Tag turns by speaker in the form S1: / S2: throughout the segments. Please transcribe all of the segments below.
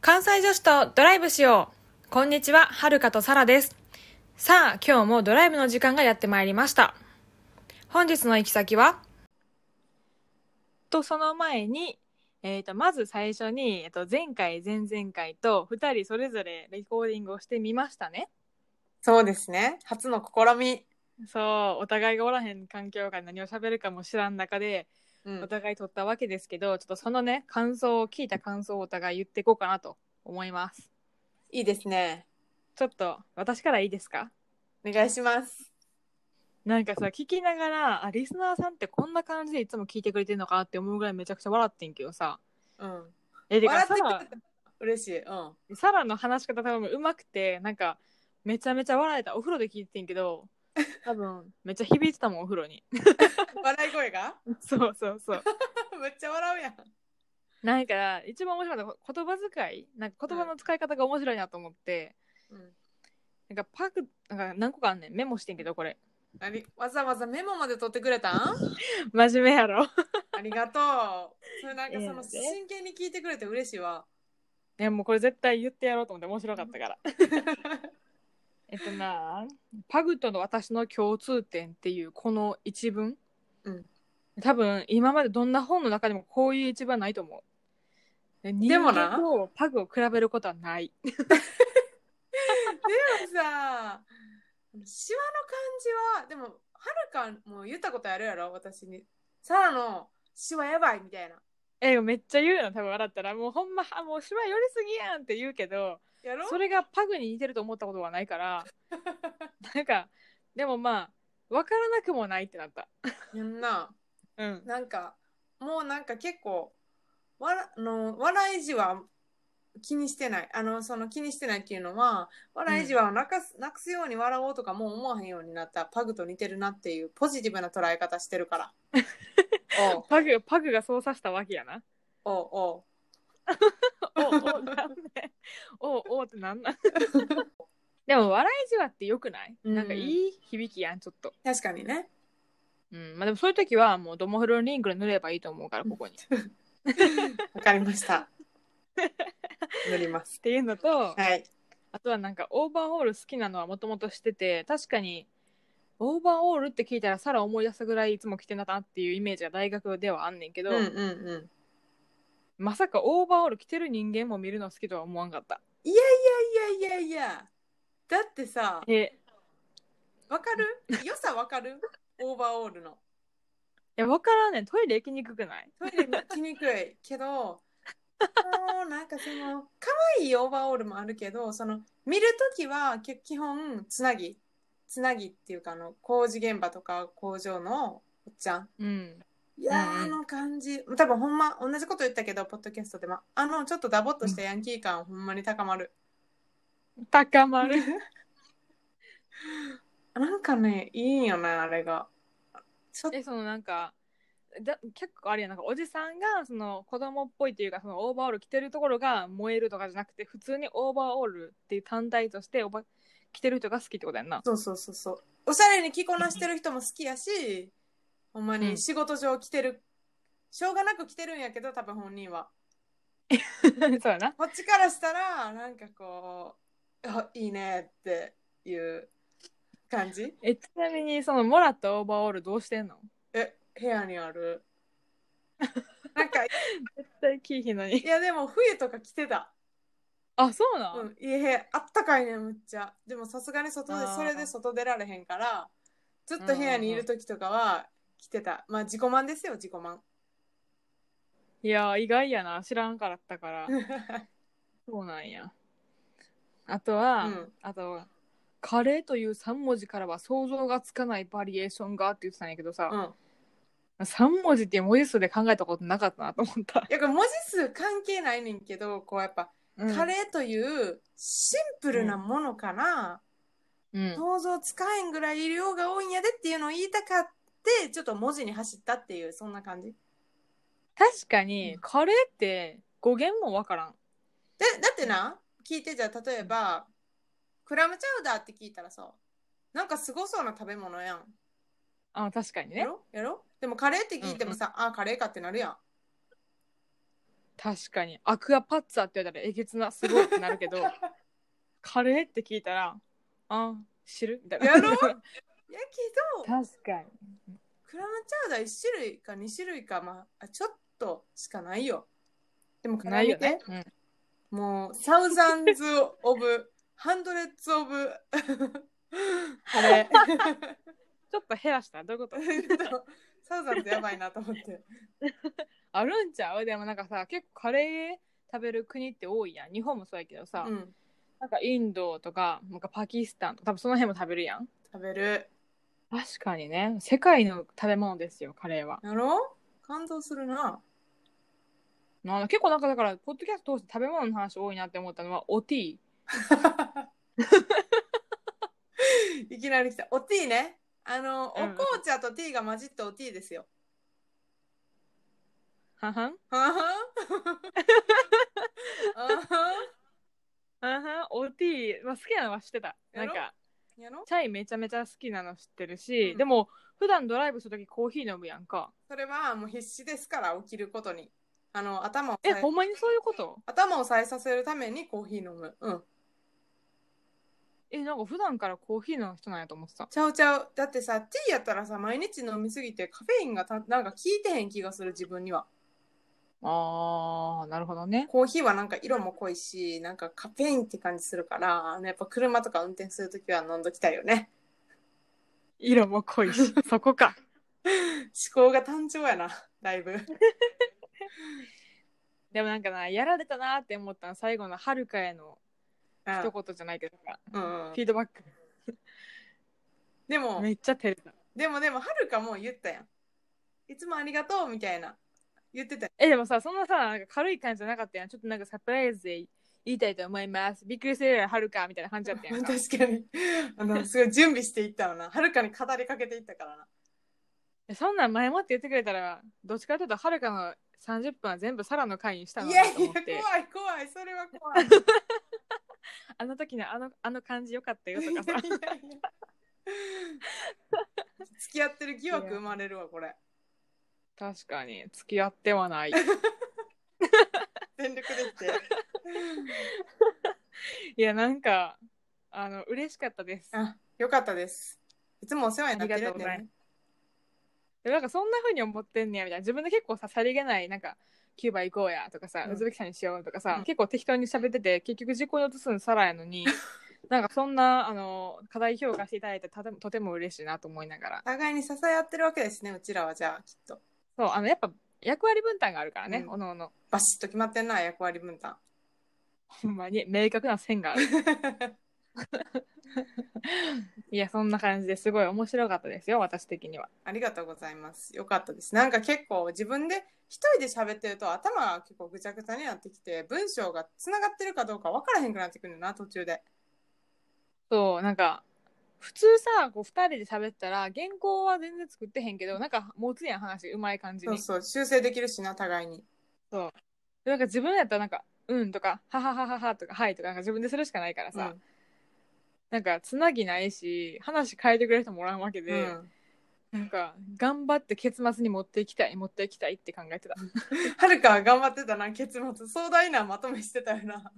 S1: 関西女子とドライブしよう。こんにちは、はるかとさらです。さあ、今日もドライブの時間がやってまいりました。本日の行き先はと、その前に、えー、とまず最初に、えー、と前回、前々回と2人それぞれレコーディングをしてみましたね。
S2: そうですね。初の試み。
S1: そう、お互いがおらへん環境が何を喋るかも知らん中で、
S2: うん
S1: お互い撮ったわけですけど、ちょっとそのね、感想を聞いた感想をお互い言っていこうかなと思います。
S2: いいですね。
S1: ちょっと私からいいですか
S2: お願いします。
S1: なんかさ聞きながらあリスナーさんってこんな感じでいつも聞いてくれてるのかなって思うぐらいめちゃくちゃ笑ってんけどさ
S2: うん。
S1: えてか
S2: 笑
S1: サ
S2: っ
S1: ラ
S2: てくれた嬉しい。うん。
S1: サラの話し方がうまくてなんかめちゃめちゃ笑えたお風呂で聞いてんけど多分めっちゃ響いてたもんお風呂に
S2: 笑い声が
S1: そうそうそう
S2: めっちゃ笑うやん。
S1: なんか一番面白かった言葉遣いなんか言葉の使い方が面白いなと思って、
S2: うん。
S1: なんかパクなんか何個かあんねんメモしてんけどこれ
S2: 何わざわざメモまで取ってくれたん
S1: 真面目やろ
S2: ありがとう。それなんかその
S1: ええ
S2: 真剣に聞いてくれて嬉しいわ。
S1: いやもうこれ絶対言ってやろうと思って面白かった からえっとなパグとの私の共通点っていうこの一文、
S2: うん
S1: 多分今までどんな本の中でもこういう一文はないと思うで
S2: も
S1: 人
S2: な
S1: 間とパグを比べることはない
S2: さあ、シワの感じは、でも、はるかも言ったことあるやろ、私に。サラのシワやばいみたいな。
S1: えめっちゃ言うよ多分笑ったらもうほんまあもう芝居寄りすぎやんって言うけど
S2: やろ
S1: それがパグに似てると思ったことはないから なんかでもまあ分からなくもないってなった
S2: やんな。
S1: うん
S2: なんかもうなんか結構わらあの笑い字は気にしてないあのその気にしてないっていうのは笑い字はなかす、なくすように笑おうとかもう思わへんようになったパグと似てるなっていうポジティブな捉え方してる からおう
S1: パグパグがそうさしたわけやな
S2: おうおう
S1: お おなんでおおってなんなん でも笑いじわってよくない、
S2: うん
S1: なんかいい響きやんちょっと
S2: 確かにね
S1: うんまあでもそういう時はもうドモフルリンクで塗ればいいと思うからここに っ
S2: わかりました 塗ります
S1: ていうのと
S2: はい
S1: あとはなんかオーバーオール好きなのはもともとしてて確かにオーバーオールって聞いたらさら思い出すぐらいいつも着てんだなっていうイメージが大学ではあんねんけ
S2: う
S1: ど、
S2: んうんうん
S1: まさかオーバーオール着てる人間も見るの好きとは思わんかった
S2: いやいやいやいやだってさ
S1: え
S2: わかる良さわかるオーバーオールの
S1: いや分からんねんトイレ行きにくくない
S2: トイレも行きにくいけどもうなんかその可愛いオーバーオールもあるけどその見るときはき基本つなぎつなぎっていうかあの工事現場とか工場のおっちゃん
S1: うん
S2: いや
S1: うんうん
S2: ーあの感じ多分ほんま同じこと言ったけどポッドキャストでもあのちょっとダボっとしたヤンキー感ほんまに高まる
S1: 高まる
S2: なんかねいいよねあれがちょっと
S1: えそのなんかだ結構あれやなんかおじさんがその子供っぽいというかそのオーバーオール着てるところが燃えるとかじゃなくて普通にオーバーオールっていう単体としておば着てる人が好きってことやんな
S2: そうそうそうそう。おしゃれに着こなしてる人も好きやし、ほんま
S1: う
S2: に
S1: ん
S2: 仕事上着てる。しょうがなく着てるんやけど、多分本人は。
S1: そうやな
S2: こっちからしたら、なんかこう、あ、いいねっていう感じ。
S1: えちなみにそのもらったオーバーオールどうしてんの
S2: え、部屋に ある。なんか、い
S1: 絶対着いひんのに
S2: やでも冬とか着てた。
S1: あそうなん、
S2: うん、いい部屋、あったかいね、むっちゃ。でもさすがに外で
S1: あ、ー
S2: それで外出られへんから、ずっと部屋にいる時とかは着てた。まあ自己満ですよ、自己満。
S1: いやー意外やな知らんからったから そうなんやあとは、
S2: うん
S1: あとはカレーという3文字からは想像がつかないバリエーションがって言ってたんやけどさ、
S2: うん。
S1: 3文字っていう文字数で考えたことなかったなと思った。
S2: いやこれ文字数関係ないねんけどこうやっぱ、カレーというシンプルなものから、
S1: うん、
S2: 想像つかへんぐらい量が多いんやでっていうのを言いたかってちょっと文字に走ったっていうそんな感じ
S1: 確かに
S2: う、ん
S1: カレーって語源もわからん。
S2: でだってな聞いてじゃあ例えばクラムチャウダーって聞いたらさなんかすごそうな食べ物やん
S1: あ確かに
S2: や
S1: ね。
S2: ろやろでもカレーって聞いてもさ、あカレーかってなるやん
S1: 確かにアクアパッツァって言われたらえげつなすごいってなるけ どカレーって聞いたらあ知るみたいな
S2: やろやけど、
S1: 確かに
S2: クラムチャウダー1種類か2種類か、まああ、ちょっとしかないよ。でも、
S1: ないよね、うん
S2: もう、サウザンズ・オブ、ハンドレッツ・オブ、 あれ、
S1: ちょっと減らしたどういうこと
S2: サウザンズやばいなと思って。
S1: あるんちゃうでもなんかさ結構カレー食べる国って多いやん日本もそうやけどさ、
S2: うん、
S1: なんかインドとかなんかパキスタンとか多分その辺も食べるやん
S2: 食べる。
S1: 確かにね世界の食べ物ですよカレーは、
S2: やろ感動す るな。
S1: まあ、結構なんかだからポッドキャスト通して食べ物の話多いなって思ったのはおティー
S2: いきなり来た。おティーね。あの、
S1: うん
S2: お紅茶とティーが混じったおティーです よ。
S1: はんはん
S2: はんはんあは
S1: はんはんおティー、まあ、好きなのは知ってた
S2: や
S1: な
S2: ろ
S1: んか
S2: んやろ
S1: チャイめちゃめちゃ好きなの知ってるし、
S2: うん
S1: でも普段ドライブするときコーヒー飲むやんか
S2: それはもう必死ですから起きることに。あの頭を
S1: え、
S2: さえ
S1: ほんまにそういうこと
S2: 頭をさえさせるためにコーヒー飲む。うん。
S1: えなんか普段からコーヒーの人なんやと思ってた
S2: ちゃうちゃう。だってさ、ティーやったらさ、毎日飲みすぎてカフェインがたなんか効いてへん気がする自分には。
S1: あーなるほどね
S2: コーヒーはなんか色も濃いし、なんかカフェインって感じするから、あのやっぱ車とか運転するときは飲んどきたいよね。
S1: 色も濃い しそこか
S2: 思考が単調やな、だいぶ。
S1: でもなんかなやられたなって思ったの最後のはるかへの一言じゃないけどさ
S2: うんうん
S1: フィードバック
S2: でも、
S1: めっちゃ照れた
S2: でもでも、はるかも言ったやん。いつもありがとうみたいな。言ってたやん
S1: えでもさそんなさなんか軽い感じじゃなかったやんちょっとなんかサプライズで言いたいと思いますびっくりするよりはるかみたいな感じだったやん か
S2: 確かに。あの、すごい準備していったのな。はるかに語りかけていったからな。
S1: えそんなん前もって言ってくれたらどっちかというとはるかの30分は全部サラの会にしたの
S2: い
S1: か
S2: や
S1: ない
S2: や、
S1: と思
S2: 怖
S1: って
S2: い怖い。それは怖い。
S1: あの時のあのあの感じよかったよとか
S2: い
S1: さ
S2: や いやいや付き合ってる疑惑生まれるわ、これ。
S1: 確かに付き合ってはない
S2: 全力でって。
S1: いやなんかあの嬉しかったです
S2: あ、よかったです。いつもお世話になってるんで、
S1: ありがと
S2: ね。
S1: でなんかそんな風に思ってんねやみたいな自分で結構ささりげないなんかキューバ行こうやとかさ、
S2: うん
S1: ウズベキスタンにしようとかさ、
S2: うん
S1: 結構適当に喋ってて結局実行に落とすのサラやの になんかそんなあの課題評価していただいてとてもとても嬉しいなと思いながら
S2: 互いに支え合ってるわけですね、うちらはじゃあ、きっと。
S1: そうあのやっぱ役割分担があるからね、
S2: うん
S1: おのおの
S2: バシッと決まってんな、役割分 担。
S1: ほんまに明確な線があるいやそんな感じですごい面白かったですよ私的には
S2: ありがとうございます。よかったです。なんか結構自分で一人で喋ってると頭が結構ぐちゃぐちゃになってきて、文章がつながってるかどうか分からへんくなってくるよな、途中で。
S1: そうなんか普通さこう2人で喋ったら原稿は全然作ってへんけどなんか持つやん話うまい感じ
S2: そ
S1: に
S2: うそう、修正できるしな、互いに。
S1: でなんか自分やったらなんか「うん」とか「ははははは」とか「はい」とかなんか自分でするしかないから
S2: う
S1: さ、
S2: ん
S1: なんかつなぎないし話変えてくれる人もおらんわけ
S2: う
S1: で、
S2: ん。
S1: なんか頑張って結末に持っていきたい持っていきたいって考えてた
S2: はるかは頑張ってたな、結末。壮大なまとめしてたよな。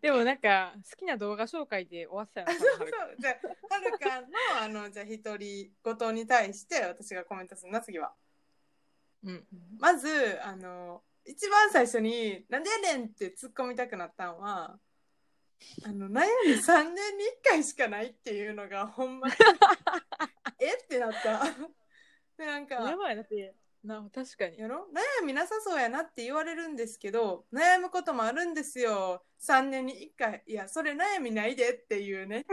S1: でもなんか好きな動画紹介で終わってたよな多分
S2: そう
S1: 春子
S2: じゃあはるかの、あの、じゃあ一人ごとに対して私がコメントするな、次は。
S1: うん
S2: まず、あの、一番最初に、なんでやねんって突っ込みたくなったんは、あの、悩み3年に1回しかないっていうのが、ほん まに、えってなった。で、なんか、
S1: やばいだってな確かに
S2: やろ悩みなさそうやなって言われるんですけど、悩むこともあるんですよ。3年に1回。いや、それ悩みないでっていうね。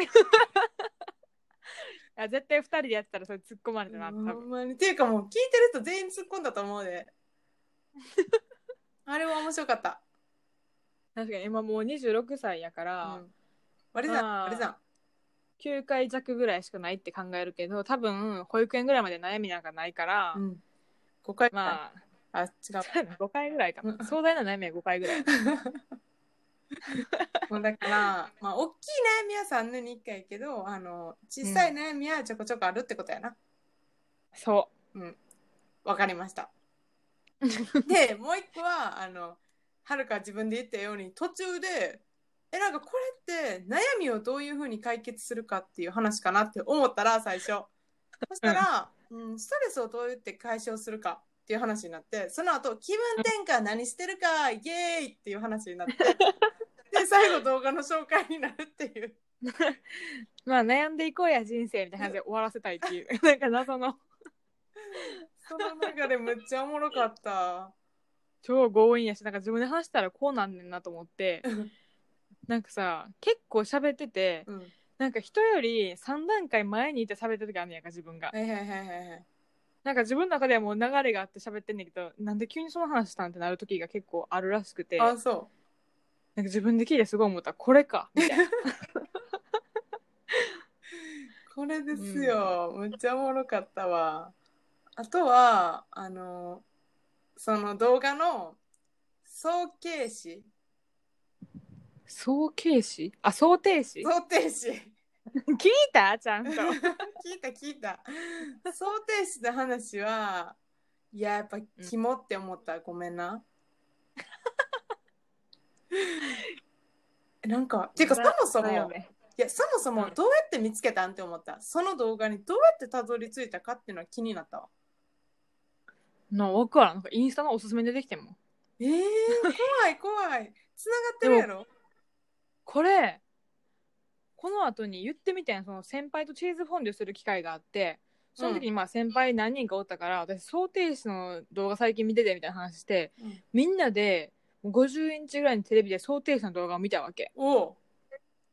S1: あ絶対2人でやってたらそれ突っ込まれたな多
S2: ほ
S1: 分
S2: んまに。っていうかもう聞いてる人全員突っ込んだと思うで。あれは面白かった。
S1: 確かに今もう26歳やか
S2: う
S1: ら、
S2: ん、割れざ
S1: あ
S2: ん、
S1: ー
S2: 割れざん。
S1: 9回弱ぐらいしかないって考えるけど多分保育園ぐらいまで悩みなんかないから、
S2: うん、5回あ、
S1: まあ
S2: あ違う
S1: そうやな5回ぐらいか
S2: う
S1: なん壮大な悩みは5回ぐら い
S2: もうだからまあ大きい悩みは3年に1回やけどあの小さい悩みはちょこちょこあるってことやな
S1: そ
S2: わ、かりましたでもう一個はあのはるか自分で言ったように途中でえなんかこれって悩みをどういうふうに解決するかっていう話かなって思ったら最初そしたら、うん、ストレスをどうやって解消するかっていう話になってその後気分転換何してるかイエーイっていう話に なってで最後動画の紹介になるっていう
S1: まあ悩んでいこうや人生みたいな感じで終わらせたいっていう なんか謎の
S2: その中でむっちゃおもろかった。
S1: 超強引やしなんか自分で話したらこうなんねんなと思って
S2: うん
S1: なんかさ結構喋ってて
S2: うん、
S1: なんか人より3段階前にいて喋ってる時あんねやんか自分が
S2: はいはいはいはいはい。
S1: なんか自分の中ではもう流れがあって喋ってんねんけどなんで急にその話したんってなる時が結構あるらしくてなん
S2: あ
S1: か
S2: そう。
S1: 自分で聞いてすごい思ったこれかみたいな
S2: これですよ、むっちゃおもろかったわあとはあのその動画の想定詞
S1: 想定詞あ想定詞
S2: 想定詞
S1: 聞いたちゃん
S2: 聞
S1: と
S2: いた 聞いた想定詞の話はいややっぱキモって思った、ごめんな なんかていうかそもそ
S1: だよ
S2: も
S1: ね
S2: いやそもそもどうやって見つけたんって思ったその動画にどうやってたどり着いたかっていうのは気になったわ
S1: の僕はなんかインスタのおすすめ出てきてんもん
S2: えー、怖い怖い。つながってるやろ
S1: これこの後に言ってみてんその先輩とチーズフォンデュする機会があってその時にまあ先輩何人かおったから、私想定室の動画最近見ててみたいな話してみんなでもう50インチぐらいのテレビで想定室の動画を見たわけ
S2: おお。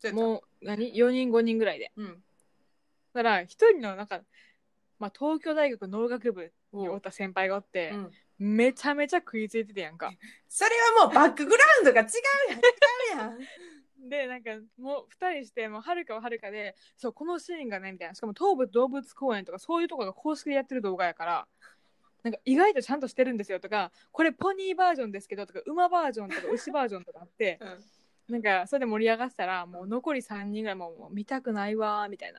S2: ちょっと
S1: もう何4人5人ぐらいで
S2: うん。
S1: だから一人のなんか、まあ、東京大学農学部
S2: お
S1: にお
S2: う
S1: った先輩がおって
S2: う、ん
S1: めちゃめちゃ食いついててやんか
S2: それはもうバックグラウンドが違うやん。違うやん。
S1: でなんかもう二人してもうはるかははるかでそうこのシーンがねみたいなしかも東武動物公園とかそういうとこが公式でやってる動画やからなんか意外とちゃんとしてるんですよとかこれポニーバージョンですけどとか馬バージョンとか牛バージョンとかあって
S2: うん
S1: なんかそれで盛り上がってたらもう残り3人ぐらいもうもう見たくないわーみたいな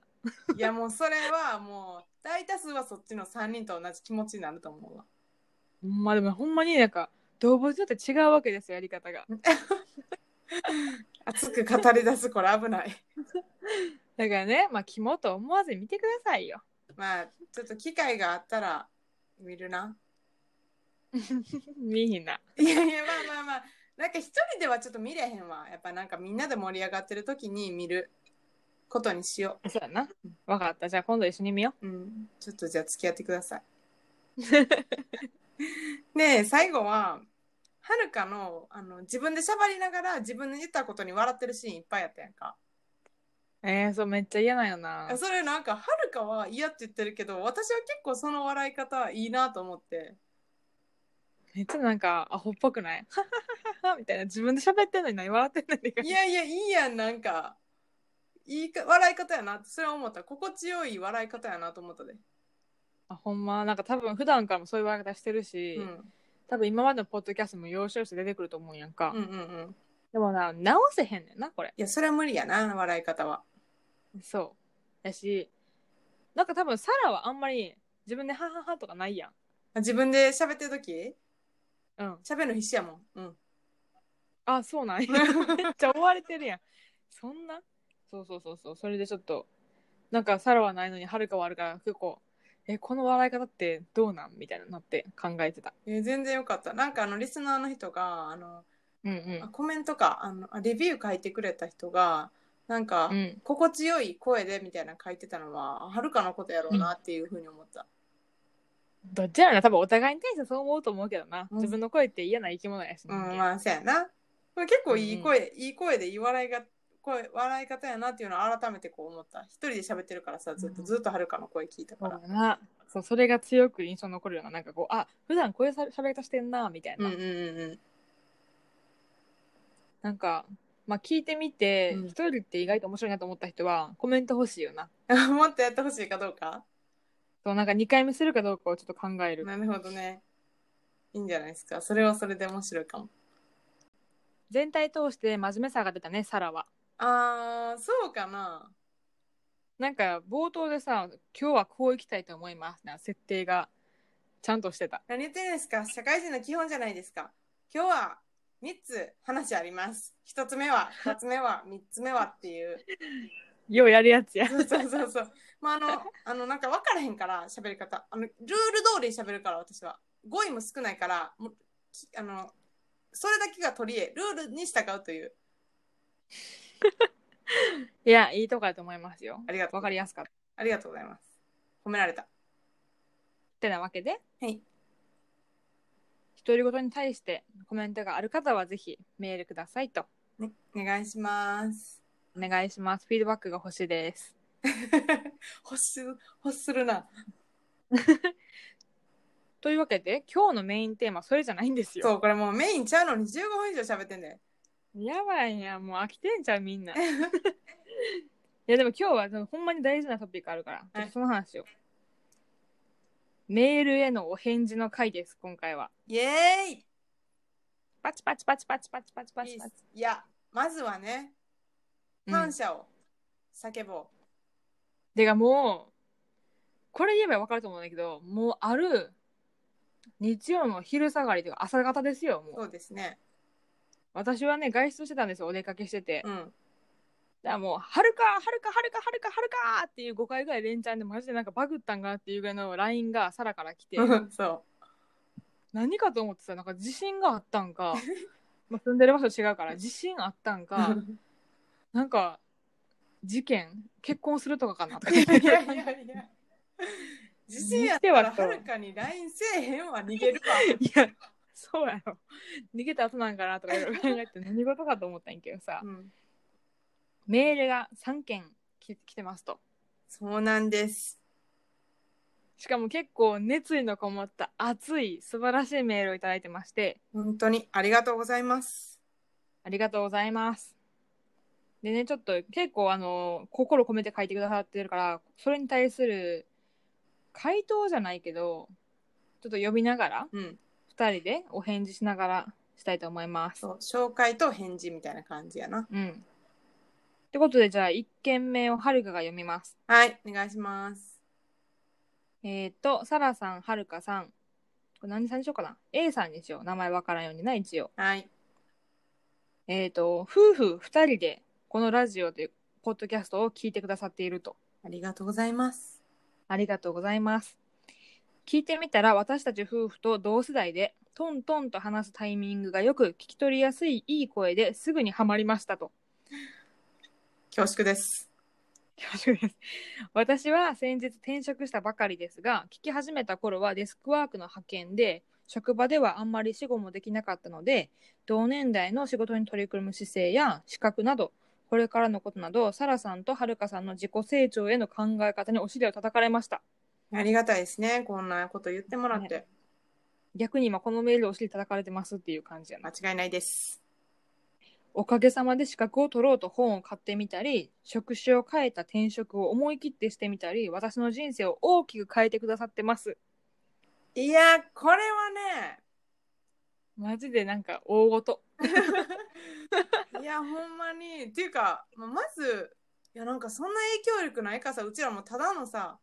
S1: い
S2: やもうそれはもう大多数はそっちの3人と同じ気持ちになると思うわ。
S1: まあでもほんまになんか動物だって違うわけですよやり方が
S2: 熱く語り出すこれ危ない。
S1: だからねまあ肝と思わず見てくださいよ
S2: まあちょっと機会があったら見るな。
S1: 見えひんない
S2: やいやまあまあまあ。なんか一人ではちょっと見れへんわ。やっぱなんかみんなで盛り上がってる時に見ることにしよ
S1: そうやなわかったじゃあ今度一緒に見よう
S2: う。うん。ちょっとじゃあ付き合ってください。で最後ははるかのあの自分でしゃばりながら自分で言ったことに笑ってるシーンいっぱいやったやんか、
S1: えー、そうめっちゃ嫌なんよな
S2: それなんかはるかは嫌って言ってるけど私は結構その笑い方いいなと思って
S1: めっちゃなんかアホっぽくない みたいな自分で喋ってんのに何笑ってんのに
S2: いやいやいいやんなんかいいか笑い方やなってそれは思った心地よい笑い方やなと思ったで、
S1: あほんまなんか多分普段からもそういう笑い方してるし、
S2: うん、
S1: 多分今までのポッドキャストも要所要所出てくると思うんやんか、
S2: うんうんうん
S1: でもな直せへんねんなこれ
S2: いやそれは無理やな笑い方は
S1: そうやしなんか多分サラはあんまり自分で「ははは」とかないやん
S2: 自分で喋ってる時
S1: うん
S2: 喋るの必死やもんうん
S1: あそうなん やめっちゃ追われてるやんそんなそうそうそうそうそれでちょっとなんかサラはないのにはるかはあるから結構えこの笑い方ってどうなんみたいになって考えてた
S2: え全然よかったなんかあのリスナーの人があの
S1: うん
S2: あコメントかあのあレビュー書いてくれた人がなんか、
S1: うん
S2: 心地よい声でみたいなの書いてたのははるかのことやろうなっていうふうに思った、
S1: どっちやろな多分お互いに対してそう思うと思うけどな、
S2: うん
S1: 自分の声って嫌な生き物やし、
S2: うん
S1: 人間
S2: まあそうやなこれ結構いい声、いい声でいい笑いが声笑い方やなっていうのを改めてこう思った一人で喋ってるからさずっと、
S1: うん
S2: ずっとはるかの声聞いた
S1: そ
S2: か
S1: う
S2: ら、
S1: だなそうそれが強く印象に残るようななんかこうあ普段こういうしゃ喋り方してんなみたい
S2: うん、
S1: な、
S2: うんうんうん
S1: なんかまあ聞いてみて、
S2: うん
S1: 一人って意外と面白いなと思った人はコメント欲しいよな
S2: もっとやってほしいかどうか
S1: そうなんか2回目するかどうかをちょっと考える
S2: なるほどねいいんじゃないですかそれはそれで面白いかも
S1: 全体通して真面目さが出たねサラは
S2: あーそうかな
S1: なんか冒頭でさ「今日はこう行きたいと思います」な設定がちゃんとしてた。
S2: 何言ってるんですか社会人の基本じゃないですか。今日は3つ話あります。1つ目は、2つ目は、3つ 目はっていう。
S1: ようやるやつや。
S2: そうそうそうそう。まあ、あの、あの、なんか分からへんから、喋り方。あの、ルール通り喋るから、私は。語彙も少ないから、もうきあの、それだけが取り柄、ルールに従うという。
S1: いや、いいとこだと思いますよ。
S2: ありがとう
S1: わ。かりやすかった。
S2: ありがとうございます。褒められた。
S1: ってなわけで、
S2: はい。
S1: 独り言に対してコメントがある方はぜひメールくださいと。
S2: ね、お願いします。
S1: お願いします。フィードバックが欲しいです。
S2: 欲する、欲するな。
S1: というわけで、今日のメインテーマ、それじゃないんですよ。
S2: そう、これもうメインちゃうのに15分以上喋ってんで。
S1: やばいやん、もう飽きてんじゃん、みん な。いや、でも今日はそのほんまに大事なトピックあるから、ちょっとその話を。メールへのお返事の回です、今回は。
S2: イエーイ
S1: パチパチパチパチパチパチパ
S2: い
S1: チ
S2: いっ
S1: パチ
S2: す。いや、まずはね、
S1: うん
S2: 感謝を叫ぼう。
S1: てかもう、これ言えばわかると思うんだけど、もうある日曜の昼下がりというか朝方ですよ、もう。
S2: そうですね。
S1: 私はね、外出してたんですよ、お出かけしてて。
S2: うん。
S1: だからもう、はるか、はるか、はるか、はるか、はるかっていう5回ぐらい連チャンで、マジでなんかバグったんかなっていうぐらいの LINE がサラから来て、
S2: そ
S1: 何かと思ってたなんか地震があったん か、まあ住んでる場所違うから、地震あったん
S2: う。
S1: か、 なんか、事件、結婚するとかかな とか。
S2: いやいやいや。自信やったら
S1: にして
S2: は
S1: はと
S2: るかに LINE せえへんわ、逃げるわ。
S1: いや、そうやろ。逃げた後なんかなとかいろいろ考えて何事かと思ったんやけどさ、
S2: うん
S1: メールが3件き来てますと。
S2: そうなんです。
S1: しかも結構熱意のこもった熱い素晴らしいメールをいただいてまして、
S2: 本当にありがとうございます。
S1: ありがとうございます。でね、ちょっと結構あの、心込めて書いてくださってるから、それに対する回答じゃないけど、ちょっと呼びながら、
S2: うん。
S1: 2人でお返事しながらしたいと思います。
S2: そう、紹介と返事みたいな感じやな。
S1: うん。ってことで、じゃあ1件目をはるかが読みます。
S2: はい、お願いします。
S1: えっ、と、サラさん、はるかさん。これ何さんにしようかな ?A さんにしよう。名前わからんようにな、一応。
S2: はい。
S1: えっ、と、夫婦2人で、このラジオという、ポッドキャストを聞いてくださっていると。
S2: ありがとうございます。
S1: ありがとうございます。聞いてみたら、私たち夫婦と同世代で、トントンと話すタイミングがよく、聞き取りやすいいい声ですぐにはまりましたと。
S2: 恐縮です。
S1: 恐縮です私は先日転職したばかりですが聞き始めた頃はデスクワークの派遣で職場ではあんまり死後もできなかったので同年代の仕事に取り組む姿勢や資格などこれからのことなどサラさんとはるかさんの自己成長への考え方にお尻を叩かれました
S2: ありがたいですね。こんなこと言ってもらって。
S1: 逆に今このメールお尻叩かれてますっていう感じやな
S2: 間違いないです。
S1: おかげさまで資格を取ろうと本を買ってみたり職種を変えた転職を思い切ってしてみたり私の人生を大きく変えてくださってます
S2: いや、これはね、
S1: マジでなんか大ごと。
S2: いやほんまにっていうか、まあまずいやなんかそんな影響力ないからさうちらもただのさ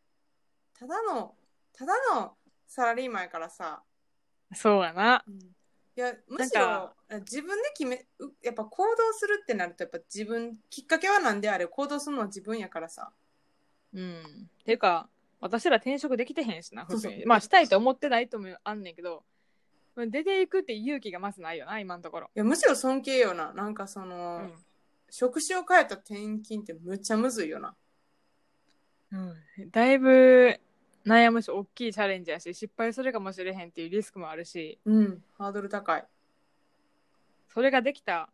S2: ただのただのサラリーマンやからさ、
S1: そうやな。
S2: いやむしろ自分で決めうやっぱ行動するってなるとやっぱ自分きっかけはなんであれ行動するのは自分やからさ
S1: うん。ていうか、私ら転職できてへんしな、
S2: そう
S1: 普
S2: そう
S1: 通に。まあ、したいと思ってないともあんねんけど、まあ出ていくって勇気がまずないよな、今のところ。
S2: いやむしろ尊敬よななんかその、職種を変えた転勤ってむっちゃむずいよな
S1: うん。だいぶ悩むし、大きいチャレンジやし、失敗するかもしれへんっていうリスクもあるし、
S2: うんハードル高い
S1: それができた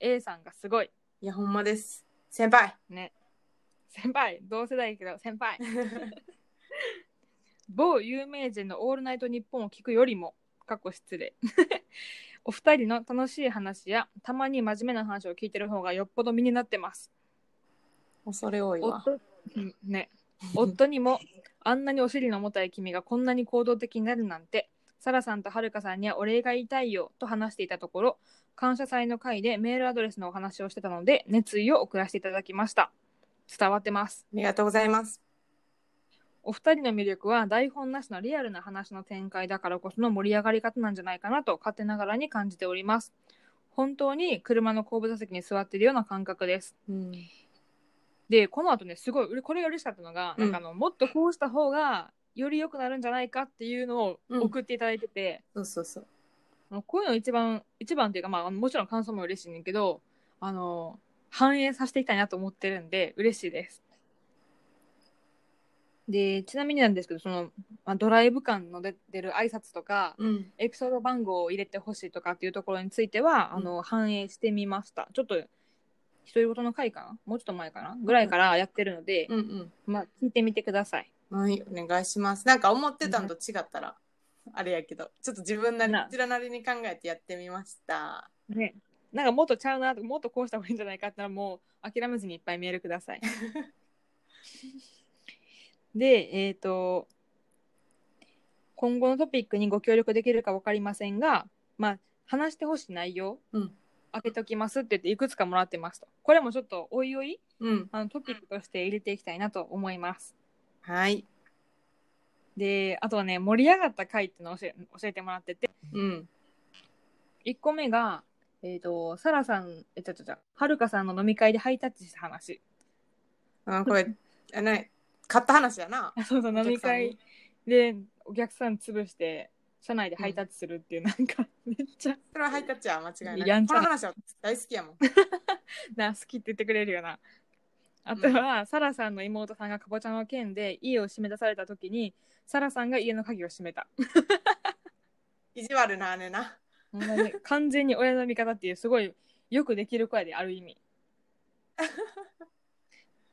S1: A さんがすごい。
S2: いやほんまです先輩
S1: 先輩、同世代やけど、先輩。某有名人の「オールナイトニッポン」を聞くよりもかっこ失礼 お二人の楽しい話やたまに真面目な話を聞いてる方がよっぽど身になってます
S2: 恐れ多いわ
S1: 夫,、うんね、夫にもあんなにお尻の重たい君がこんなに行動的になるなんてサラさんとはるかさんにはお礼が言いたいよと話していたところ感謝祭の会でメールアドレスのお話をしてたので熱意を送らせていただきました伝わってます
S2: ありがとうございます
S1: お二人の魅力は台本なしのリアルな話の展開だからこその盛り上がり方なんじゃないかなと勝手ながらに感じております。本当に車の後部座席に座っているような感覚です。
S2: うん。
S1: でこの後ねすごいうれこれが嬉しかったのが、
S2: うん
S1: なんかあのもっとこうした方がより良くなるんじゃないかっていうのを
S2: うん
S1: 送っていただいてて、
S2: そうそうそう。
S1: もうこういうの一番一番っていうか、まあ、あのもちろん感想も嬉しいねんだけどあの反映させていきたいなと思ってるんで嬉しいです。でちなみになんですけどその、まあ、ドライブ感の出出る挨拶とか、
S2: うん。
S1: エピソード番号を入れてほしいとかっていうところについては、
S2: う
S1: あ
S2: ん
S1: の反映してみましたちょっと独り言の回かなもうちょっと前かなぐらいからやってるので、
S2: うん
S1: まあ聞いてみてください
S2: うん。はい、お願いします。なんか思ってたんと違ったら、あれやけど、ちょっと自分なり、
S1: な
S2: こちらなりに考えてやってみました。
S1: ねなんかもっとちゃうなとかもっとこうした方がいいんじゃないかってのはもう諦めずにいっぱいメールくださいでえっ、と今後のトピックにご協力できるか分かりませんがまあ話してほしい内容、
S2: うん
S1: 開けときますって言っていくつかもらってますとこれもちょっとおいおい
S2: うん。
S1: あのトピックとして入れていきたいなと思います。
S2: はい。
S1: で、あとはね、盛り上がった回っていうのを教え教えてもらってて、
S2: うん。
S1: 1個目が、えっ、と、サラさん、え、ちゃちゃちゃ、はるかさんの飲み会でハイタッチした話。
S2: あこれ、あない、買った話やな。
S1: あそうそう、
S2: お客さん
S1: 飲
S2: に
S1: み会でお客さん潰して、社内でハイタッチするっていう、なんか、めっちゃ、
S2: それはハイタッチや間違いない。
S1: やんち
S2: こ
S1: ゃ
S2: の話は大好きや もん。
S1: な、好きって言ってくれるような。あとは、サラさんの妹さんがかぼちゃの件で家を閉め出された時に、サラさんが家の鍵を閉めた。
S2: 意地悪な姉な。
S1: ほんまに完全に親の味方っていうすごいよくできる子やである意 味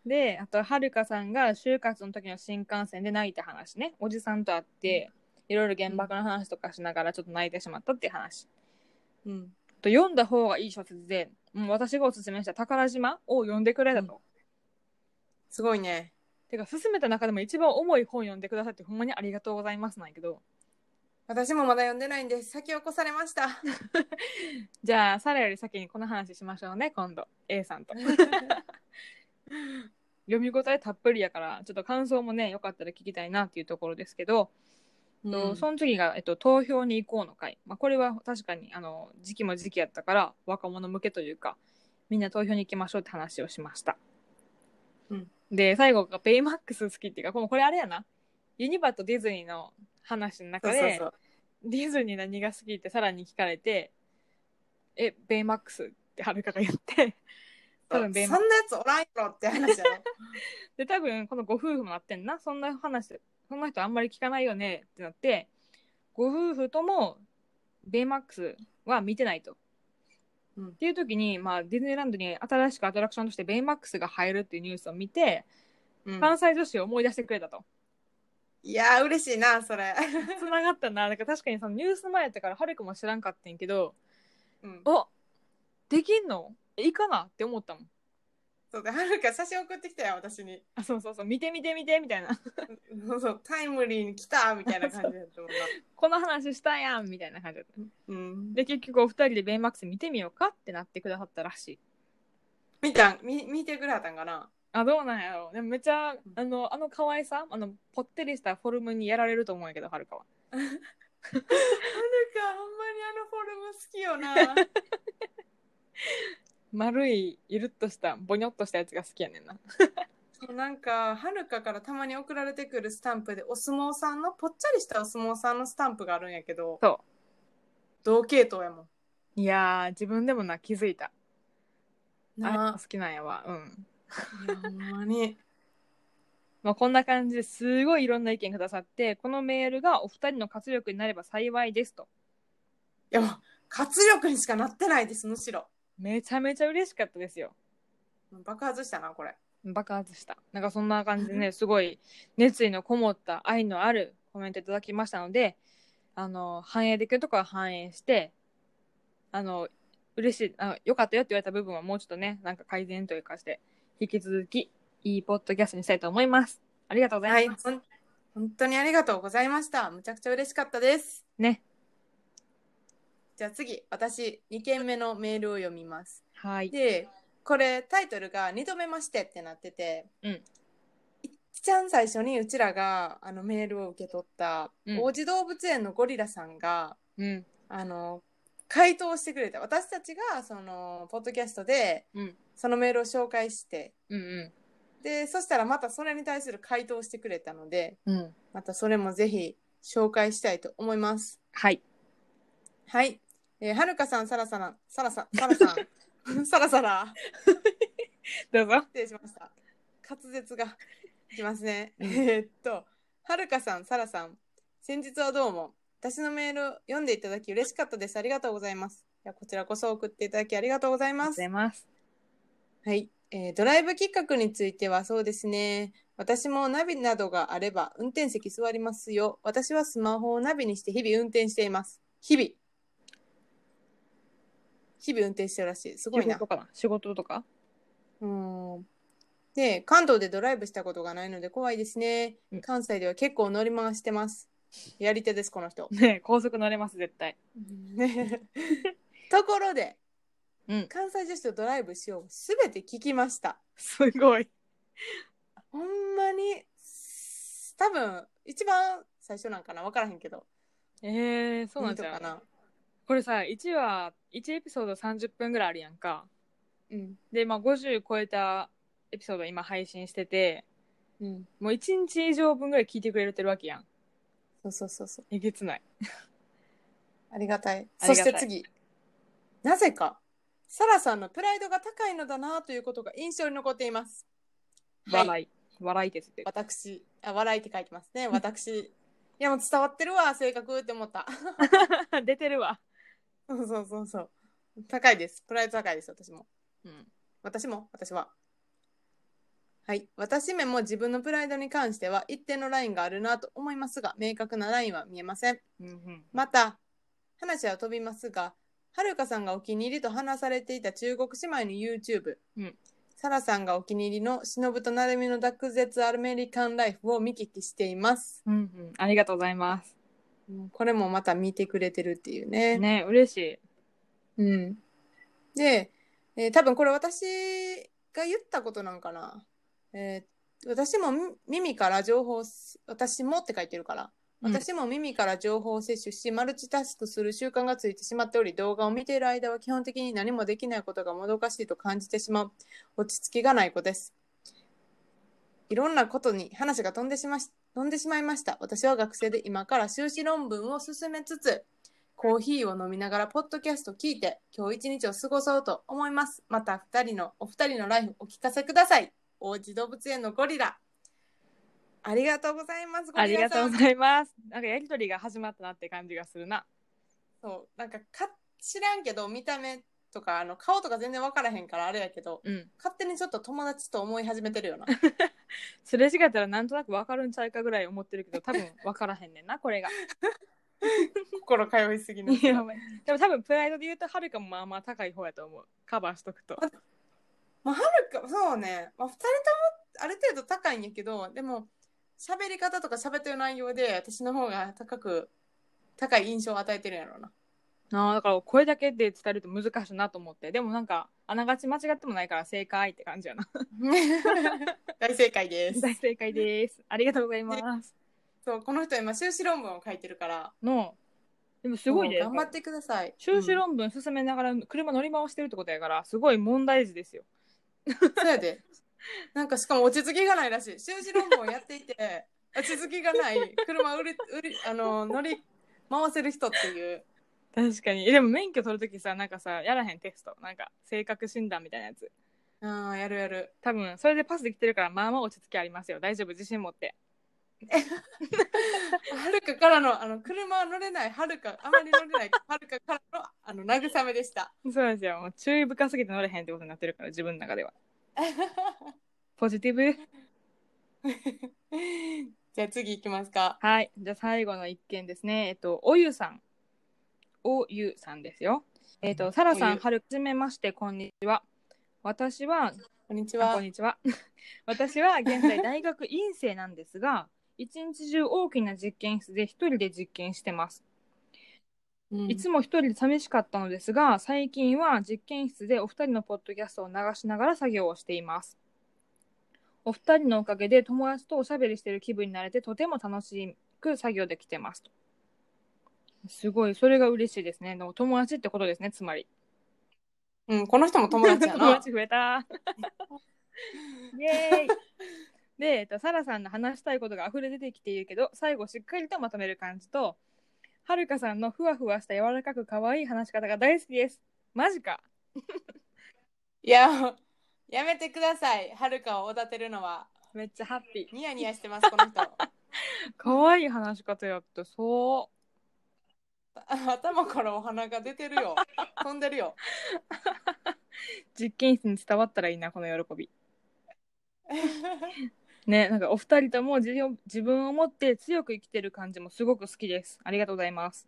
S1: であとはるかさんが就活の時の新幹線で泣いた話ねおじさんと会っていろいろ原爆の話とかしながらちょっと泣いてしまったっていう話
S2: うん。
S1: あと読んだ方がいい小説で、うん、私がおすすめした「宝島」を読んでくれたと、
S2: すごいね。
S1: てか勧めた中でも一番重い本読んでくださってほんまにありがとうございますなんやけど
S2: 私もまだ読んでないんで、先を越されました。
S1: じゃあサラより先にこの話しましょうね今度 A さんと読み応えたっぷりやからちょっと感想もねよかったら聞きたいなっていうところですけど、とその次が、えっと、投票に行こうの会、まあ、これは確かにあの時期も時期やったから若者向けというかみんな投票に行きましょうって話をしました、
S2: うん
S1: で最後がベイマックス好きっていうかこのこれあれやなユニバとディズニーの話の中
S2: そう
S1: で
S2: そうそう。
S1: ディズニー何が好きってさらに聞かれて「えベイマックス」ってはるかが言って多分ベイ
S2: そ
S1: マッ
S2: ん
S1: ク
S2: なやつおらんやろって話やろ。
S1: スで多分このご夫婦もなってんなそんな話そんな人あんまり聞かないよねってなってご夫婦ともベイマックスは見てないと。
S2: うん
S1: っていう時に、まあ、ディズニーランドに新しくアトラクションとしてベイマックスが入るっていうニュースを見て、
S2: うん
S1: 関西女子を思い出してくれたと。
S2: いやー、嬉しいな、それ。
S1: つながったな。なんか確かにそのニュース前やったから、はるくも知らんかったんやけど、
S2: うん、
S1: あできんのいいかなって思ったもん。
S2: そうで、はるか写真送ってきたよ、私に。
S1: あそうそうそう見て見て見てみたいな
S2: そうそう、タイムリーに来たみたいな感じだったもんな。
S1: この話したやんみたいな感じだった
S2: うん、
S1: で結局お二人でベイマックス見てみようかってなってくださったらしい
S2: 見たん見見てくれはったんかな
S1: あどうなんやろうでもめっちゃあのあの可愛さあのぽってりしたフォルムにやられると思うんやけどはるかは
S2: はるかほんまにあのフォルム好きよな
S1: 丸いゆるっとしたボニョっとしたやつが好きやねんな
S2: そうなんかはるかからたまに送られてくるスタンプでお相撲さんのぽっちゃりしたお相撲さんのスタンプがあるんやけど
S1: そう
S2: 同系統やも
S1: いやー自分でもな気づいた
S2: ん
S1: あ
S2: な
S1: 好きなんやわうん
S2: あいやほんまに
S1: まあ、こんな感じですごいいろんな意見くださってこのメールがお二人の活力になれば幸いですと
S2: いやもう活力にしかなってないですむしろ
S1: めちゃめちゃ嬉しかったですよ
S2: 爆発したなこれ
S1: 爆発したなんかそんな感じでねすごい熱意のこもった愛のあるコメントいただきましたのであの反映できるところは反映してあの嬉しいあよかったよって言われた部分はもうちょっとねなんか改善というかして引き続きいいポッドキャストにしたいと思いますありがとうござ
S2: はいい
S1: ます、
S2: ほん本当にありがとうございましたむちゃくちゃ嬉しかったです
S1: ね
S2: じゃあ次私2件目のメールを読みます
S1: はい
S2: でこれタイトルが「2度目まして」ってなってて、
S1: うん
S2: ちゃん最初にうちらがあのメールを受け取った、
S1: うん
S2: 王子動物園のゴリラさんが
S1: うん。
S2: あの回答してくれた私たちがそのポッドキャストで
S1: うん。
S2: そのメールを紹介して
S1: うん。
S2: でそしたらまたそれに対する回答をしてくれたので
S1: うん。
S2: またそれもぜひ紹介したいと思います
S1: はい。
S2: はい、えーはるかさんさらさらさらささらさ んさらさら
S1: どうぞ。
S2: 失礼しました。滑舌がいきますね。
S1: うん
S2: えーっと、はるかさん、さらさん、先日はどうも。私のメールを読んでいただき嬉しかったです。ありがとうございます。いやこちらこそ送っていただきありがとうござい
S1: ありがとう
S2: ま
S1: ご
S2: す
S1: ざ。います。
S2: はい、えードライブ企画についてはそうですね。私もナビなどがあれば運転席座りますよ。私はスマホをナビにして日々運転しています。日々。日々運転してるらしい。すごい
S1: 仕
S2: な
S1: 事。かな仕事とか
S2: うんで関東でドライブしたことがないので怖いですね
S1: うん。
S2: 関西では結構乗り回してます。やり手です、この人。
S1: ねえ高速乗れます、絶対。
S2: ところで、
S1: うん
S2: 関西女子とドライブしようすべて聞きました。
S1: すごい。
S2: ほんまに、多分、一番最初なんかなわからへんけど。
S1: ええそうなんじ
S2: いい
S1: ゃ
S2: のか
S1: ん。
S2: な。
S1: これさ、1話、1エピソード30分ぐらいあるやんか。
S2: うん。
S1: で、まあ50超えたエピソード今配信してて、
S2: うん。
S1: もう1日以上分ぐらい聞いてくれてるわけやん。
S2: そうそうそうそう。
S1: えげつない。
S2: ありがたい。
S1: あり
S2: そ
S1: がたい
S2: して次。なぜか、サラさんのプライドが高いのだなということが印象に残っています。
S1: 笑い。
S2: はい、
S1: 笑いですって。
S2: 私あ、笑いって書いてますね。私。いや、もう伝わってるわ、性格って思った。
S1: 出てるわ。
S2: そうそうそうそう。高いです。プライド高いです、私も。
S1: うん。
S2: 私も、私は。はい。私めも自分のプライドに関しては一定のラインがあるなと思いますが、明確なラインは見えません。
S1: うんうん。
S2: また話は飛びますがはるかさんがお気に入りと話されていた中国姉妹の YouTube、
S1: うん
S2: サラさんがお気に入りの忍ぶとなるみの脱絶アメリカンライフを見聞きしています
S1: うんうん。ありがとうございます。
S2: うんこれもまた見てくれてるっていうね
S1: ねえ嬉しい。
S2: うん、で、えー多分これ私が言ったことなんかな、えー私もみ耳から情報を私もって書いてるから
S1: うん
S2: 私も耳から情報を摂取し、マルチタスクする習慣がついてしまっており、動画を見ている間は基本的に何もできないことがもどかしいと感じてしまう。落ち着きがない子です。いろんなことに話が飛んでしまし飛んでしまいました。私は学生で今から修士論文を進めつつ、コーヒーを飲みながらポッドキャストを聞いて、今日一日を過ごそうと思います。また二人の、お二人のライフお聞かせください。王子動物園のゴリラ。ありがとうございます。ゴ
S1: あ
S2: リ
S1: り
S2: ラ
S1: が
S2: さ
S1: と
S2: ん
S1: うございます。なんかやりとりが始まったなって感じがするな。
S2: そうなんかか知らんけど見た目とかあの顔とか全然分からへんからあれやけど
S1: うん。
S2: 勝手にちょっと友達と思い始めてるよな
S1: すれ違ったらなんとなくわかるんちゃうかぐらい思ってるけど、多分わからへんねんな、これが。
S2: 心通いすぎ の
S1: いやお前でも多分プライドで言うと、はるかもまあまあ高い方やと思う。カバーしとくと。
S2: そうね、まあ、2人ともある程度高いんやけどでも喋り方とか喋ってる内容で私の方が高く高い印象を与えてるんやろう な
S1: ああ、だからこれだけで伝えると難しいなと思って。でもなんか、あながち間違ってもないから正解って感じ やな。
S2: 大正解です
S1: 大正解です。ありがとうございます。
S2: そうこの人今修士論文を書いてるから
S1: の、でもすごいね。
S2: もう頑張ってください
S1: 修士
S2: うん
S1: 論文進めながら車乗り回してるってことやから、すごい問題児ですよ。
S2: そうやで。なんかしかも落ち着きがないらしい。修士論文をやってい て、落ち着きがない車を売り売りあの乗り回せる人っていう。
S1: 確かに。えでも免許取るときさ、なんかさ、やらへんテスト。なんか、性格診断みたいなやつ。
S2: ああ、やるやる。
S1: 多分、それでパスできてるから、まあまあ落ち着きありますよ。大丈夫、自信持って。
S2: はるかからの、あの、車は乗れない、はるか、あまり乗れない、はるかからの、あの、慰めで した。
S1: そうですよ。もう注意深すぎて乗れへんってことになってるから、自分の中では。ポジティブ。
S2: じゃあ次行きますか。
S1: はい。じゃあ最後の一件ですね。えっと、おゆさん。おゆさんですよ。えっと、さらさ
S2: おゆ
S1: ん、はるじめまして、こんにちは。私は、
S2: こんにち
S1: あ
S2: は
S1: こん。にちは。 私は現在大学院生なんですが、一日中大きな実験室で一人で実験してます。
S2: うん
S1: いつも一人で寂しかったのですが、最近は実験室でお二人のポッドキャストを流しながら作業をしています。お二人のおかげで友達とおしゃべりしてる気分になれてとても楽しく作業できてますとすごいそれが嬉しいですねでも友達ってことですねつまり
S2: うん、この人も友達や
S1: 友
S2: な。
S1: 達増えたイエーイで、えっと、サラさんの話したいことが溢れ出てきているけど最後しっかりとまとめる感じとはるかさんのふわふわした柔らかく可愛い話し方が大好きですマジか
S2: いや、やめてください。はるかをおだてるのは。
S1: めっちゃハッピー
S2: ニヤニヤしてます、こ の人。
S1: 可愛い話し方やったそう
S2: 頭からお花が出てるよ。飛んでるよ。
S1: 実験室に伝わったらいいなこの喜びねなんかお二人とも自分自分を持って強く生きてる感じもすごく好きですありがとうございます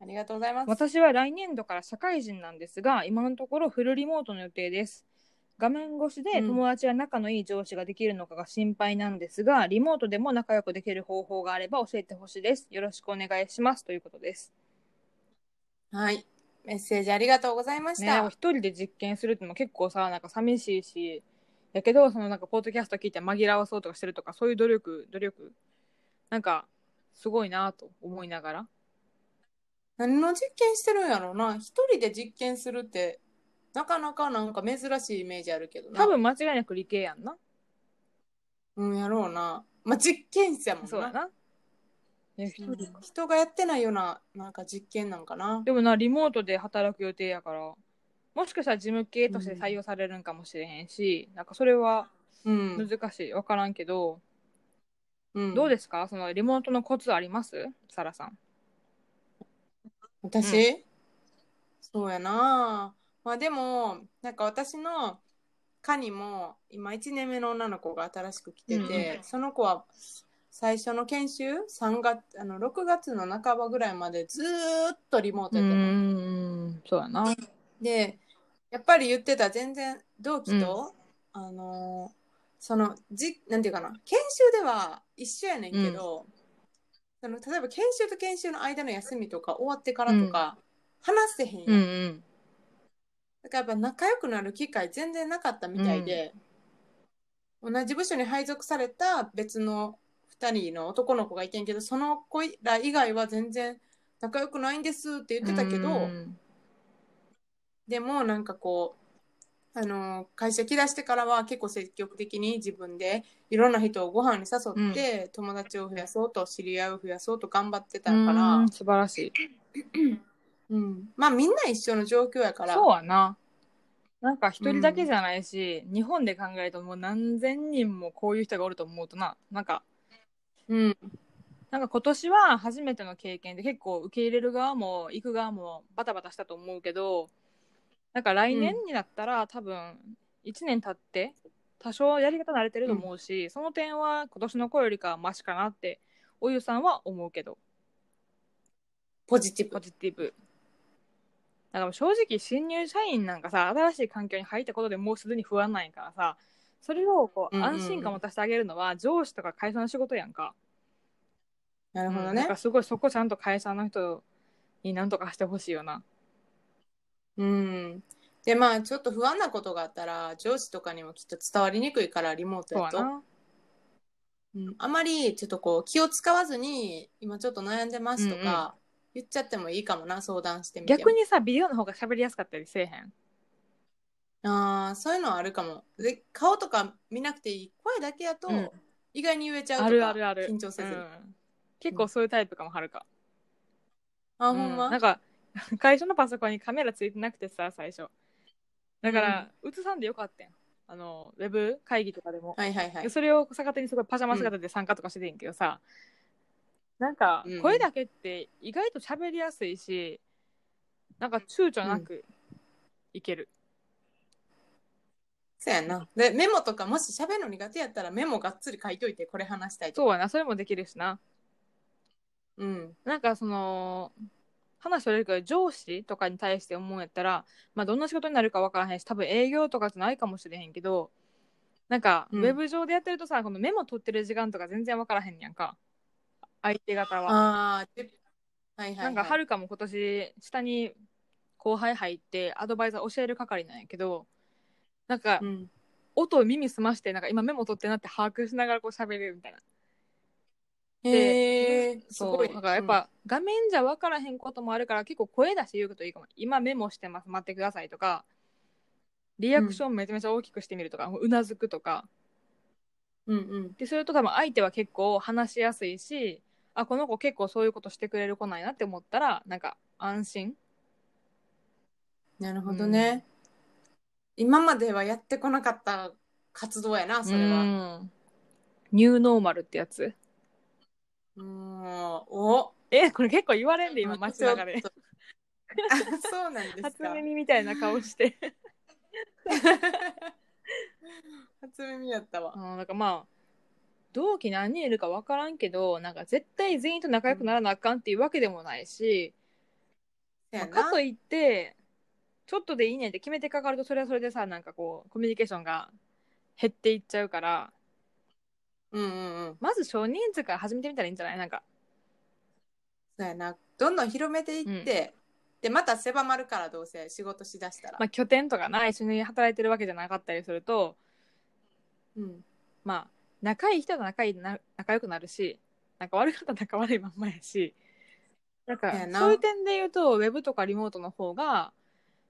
S2: ありがとうございます。
S1: 私は来年度から社会人なんですが今のところフルリモートの予定です画面越しで
S2: うん
S1: 友達や仲のいい上司ができるのかが心配なんですが、リモートでも仲良くできる方法があれば教えてほしいですよろしくお願いしますということです
S2: はい。メッセージありがとうございまし
S1: ね
S2: た。
S1: 一人で実験するってのも結構さなんか寂しいしやけどそのなんかポッドキャスト聞いて紛らわそうとかしてるとかそういう努力努力なんかすごいなと思いながら
S2: 何の実験してるんやろうな。一人で実験するって、なかなかなんか珍しいイメージあるけどな。
S1: 多分間違いなく理系やんな
S2: うん、やろうな。まあ、実験室やもん
S1: そうだ
S2: な。
S1: な、ね一
S2: う
S1: 人
S2: ん人がやってないような、なんか実験なんかな。
S1: でもなリモートで働く予定やからもしかしたら事務系として採用されるんかもしれへんし、なんかそれは
S2: うん。
S1: 難しい分からんけど、
S2: うん、
S1: どうですすかそのリモートのコツありますサラさん
S2: 私、そうやな。まあでも、なんか私の課にも、今1年目の女の子が新しく来てて、
S1: うん
S2: その子は最初の研修、3月、あの、6月の半ばぐらいまでずーっとリモー
S1: う
S2: トやってたの
S1: ーんそうやな
S2: でやっぱり言ってた全然同期と、あのーそのじなんていうかな研修では一緒やねんけど、その例えば研修と研修の間の休みとか終わってからとか、話せへんやん、
S1: うんうん
S2: だからやっぱ仲良くなる機会全然なかったみたいで、同じ部署に配属された別の2人の男の子がいてんけどその子ら以外は全然仲良くないんですって言ってたけど、
S1: うん
S2: でもなんかこう、あのー会社来だしてからは結構積極的に自分でいろんな人をご飯に誘って、友達を増やそうと知り合いを増やそうと頑張ってたか
S1: う
S2: ら
S1: ん、素晴らしい
S2: うん、まあみんな一緒の状況やから
S1: そうやななんか一人だけじゃないし、日本で考えるともう何千人もこういう人がおると思うとななんか
S2: うん
S1: なんか今年は初めての経験で結構受け入れる側も行く側もバタバタしたと思うけどなんか来年になったら、多分1年経って多少やり方慣れてると思うし、その点は今年の子よりかはマシかなっておゆさんは思うけど
S2: ポジティブ
S1: ポジティブ。だから正直新入社員なんかさ新しい環境に入ったことでもうすでに不安なんやからさそれをこう
S2: うんうん
S1: 安心感を持たせてあげるのは上司とか会社の仕事やんか。
S2: なるほど
S1: うんだ
S2: ね
S1: からすごいそこちゃんと会社の人になんとかしてほしいよな。
S2: うん、でまあちょっと不安なことがあったら上司とかにもきっと伝わりにくいからリモート
S1: そう
S2: や
S1: や
S2: と
S1: な。
S2: うん、あまりちょっとこう気を使わずに今ちょっと悩んでますとか言っちゃってもいいかもな相談してみても
S1: 逆にさビデオの方が喋りやすかったりせえへん。
S2: ああ、そういうのはあるかも。で、顔とか見なくていい。声だけやと
S1: うん、
S2: 意外に言えちゃうとか、
S1: あるあるある。
S2: 緊張せずに。
S1: うん結構そういうタイプかもはるか。
S2: あ、ほんま、
S1: うなんか 会社のパソコンにカメラついてなくてさ最初。だから、映さんでよかったやん。あのウェブ会議とかでも。
S2: はいはいはい
S1: で。それを逆手にすごいパジャマ姿で参加とかしててんけどさ、なんか
S2: うん
S1: 声だけって意外と喋りやすいしなんか躊躇なくいける、
S2: そうやな。で、メモとか、もし喋るの苦手やったらメモがっつり書いといて、これ話したいとか。
S1: そうやなそれもできるしな
S2: うん。
S1: なんかその話それるけど上司とかに対して思うんやったら、まあ、どんな仕事になるか分からへんし多分営業とかじゃないかもしれへんけどなんか
S2: う
S1: ウ
S2: ん
S1: ェブ上でやってるとさ、このメモ取ってる時間とか全然分からへんやんか相手方は。
S2: ああ、ではいはい、はい。
S1: なんかはるかも今年下に後輩入ってアドバイザー教える係なんやけどなんか
S2: うん。
S1: 音を耳澄ましてなんか今メモ取ってなって把握しながらこう喋れるみたいな
S2: へえ、す
S1: そう
S2: ごい。
S1: だからやっぱ、画面じゃ分からへんこともあるから結構声出して言うといいかも今メモしてます待ってくださいとかリアクションめちゃめちゃ大きくしてみるとか、うなずくとか
S2: うん、うんうん。
S1: でそれとかも相手は結構話しやすいしあこの子結構そういうことしてくれる子なんやなって思ったらなんか安心
S2: なるほどね。今まではやってこなかった活動やな、それ
S1: う
S2: は。
S1: んニューノーマルってやつ
S2: うーん、お
S1: えこれ結構言われんで今街中で
S2: ちょっとあそうなんです
S1: 初
S2: か。
S1: 耳みたいな顔して
S2: 初耳やったわ
S1: う。ん、なんかまあ同期何人いるか分からんけどなんか絶対全員と仲良くならなあかんっていうわけでもないし、
S2: せや
S1: まあか
S2: な
S1: といってちょっとでいいねんって決めてかかるとそれはそれでさなんかこうコミュニケーションが減っていっちゃうから
S2: うんうんうん。
S1: まず少人数から始めてみたらいいんじゃないなんか
S2: そうやな。どんどん広めていって、で、また狭まるから、どうせ仕事しだしたら。
S1: まあ、拠点とかな一緒に働いてるわけじゃなかったりすると
S2: うん。
S1: まあ仲いい人は仲いいな仲良くなるしなんか悪かったら仲悪いまんまやしなんか
S2: そうやな
S1: そういう点で言うとウェブとかリモートの方が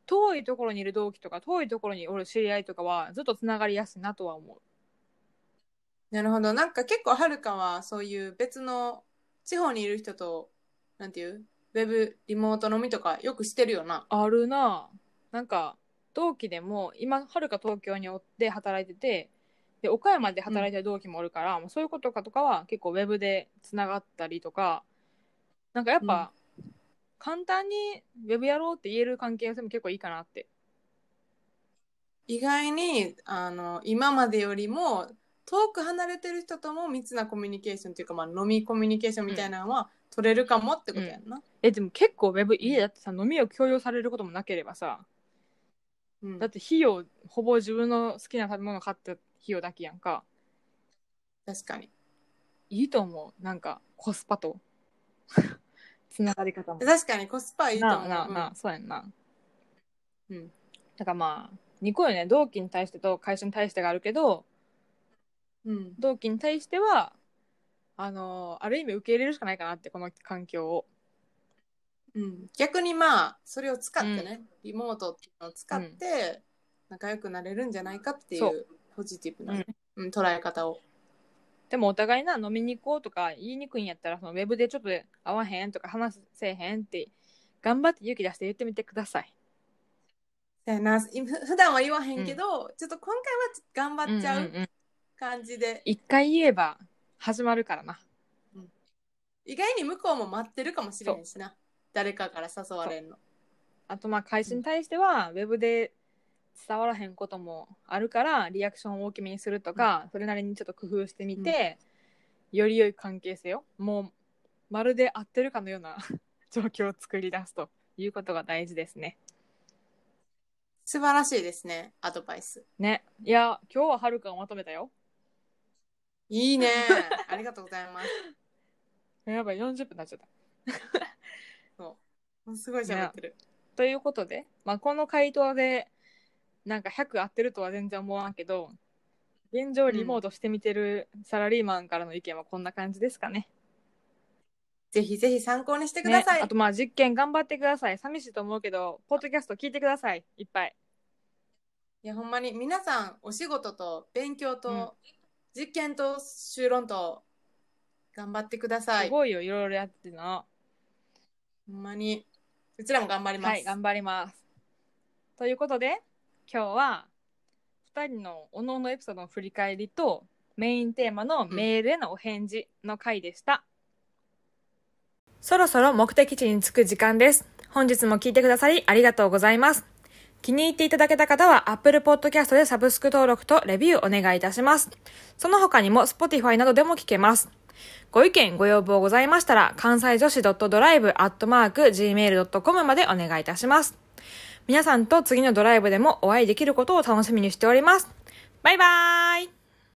S1: 遠いところにいる同期とか遠いところにおる知り合いとかはずっとつながりやすいなとは思う。
S2: なるほど。なんか結構、はるかは、そういう別の地方にいる人と、なんていうウェブリモート飲みとかよくしてるよな。
S1: あるななんか同期でも今はるか東京におって働いててで岡山で働いてる同期もおるから、もうそういうことかとかは結構ウェブでつながったりとかなんかやっぱ、簡単にウェブやろうって言える関係性も結構いいかなって
S2: 意外に、あの、今までよりも、遠く離れてる人とも密なコミュニケーションというか、まあ、飲みコミュニケーションみたいなのは取れるかもってことやんな。
S1: えでも結構ウェブ家だってさ飲みを強要されることもなければさ
S2: うん
S1: だって費用ほぼ自分の好きな食べ物買った費用だけやんか
S2: 確かに。
S1: いいと思うなんかコスパとつながり方も
S2: 確かにコスパいいと
S1: な
S2: 思
S1: あ
S2: う。
S1: なあなあそうやんな
S2: うん
S1: だからまあ2個よね同期に対してと会社に対してがあるけど
S2: うん。
S1: 同期に対してはあのーある意味受け入れるしかないかなってこの環境を
S2: うん、逆にまあそれを使ってね、リモートっていうのを使って仲良くなれるんじゃないかってい
S1: そう
S2: ポジティブな、ねうん、捉え方を。
S1: でもお互いな飲みに行こうとか言いにくいんやったらそのウェブでちょっと会わへんとか話せへんって頑張って勇気出して言ってみてください。
S2: だよな今普段は言わへんけど、ちょっと今回は頑張っちゃ
S1: ん
S2: ううん
S1: ん
S2: 感じで、
S1: 一回言えば始まるからな。
S2: 意外に向こうも待ってるかもしれへんしな誰かから誘われるの。
S1: あとまあ会社に対してはウェブで伝わらへんこともあるからリアクションを大きめにするとか、それなりにちょっと工夫してみて、より良い関係性をもうまるで合ってるかのような 状況を作り出すということが大事ですね。
S2: 素晴らしいですねアドバイス。
S1: ね。いや今日ははるかをまとめたよ。
S2: い いねありがとうございます。
S1: やばい40分になっちゃった。
S2: もうすごい喋ってる。
S1: ということで、まあ、この回答でなんか100合ってるとは全然思わんけど現状リモートしてみてるサラリーマンからの意見はこんな感じですかね。
S2: ぜひぜひ参考にしてく
S1: ね
S2: ださい。
S1: あとまあ実験頑張ってください。寂しいと思うけどポッドキャスト聞いてください。いっぱい。
S2: いやほんまに皆さんお仕事と勉強と、
S1: うん
S2: 実験と修論と頑張ってください。
S1: す
S2: ほ
S1: ごいよいろいろやってるの。
S2: んまにうちらも頑張ります。
S1: はい頑張ります。ということで今日は2人のおのおのエピソードの振り返りとメインテーマのメールへのお返事の回でした。
S3: そろそろ目的地に着く時間です。本日も聞いてくださりありがとうございます。気に入っていただけた方は Apple Podcast でサブスク登録とレビューお願いいたします。その他にも Spotify などでも聞けます。ご意見、ご要望ございましたら、関西女子 .drive.gmail.com までお願いいたします。皆さんと次のドライブでもお会いできることを楽しみにしております。バイバーイ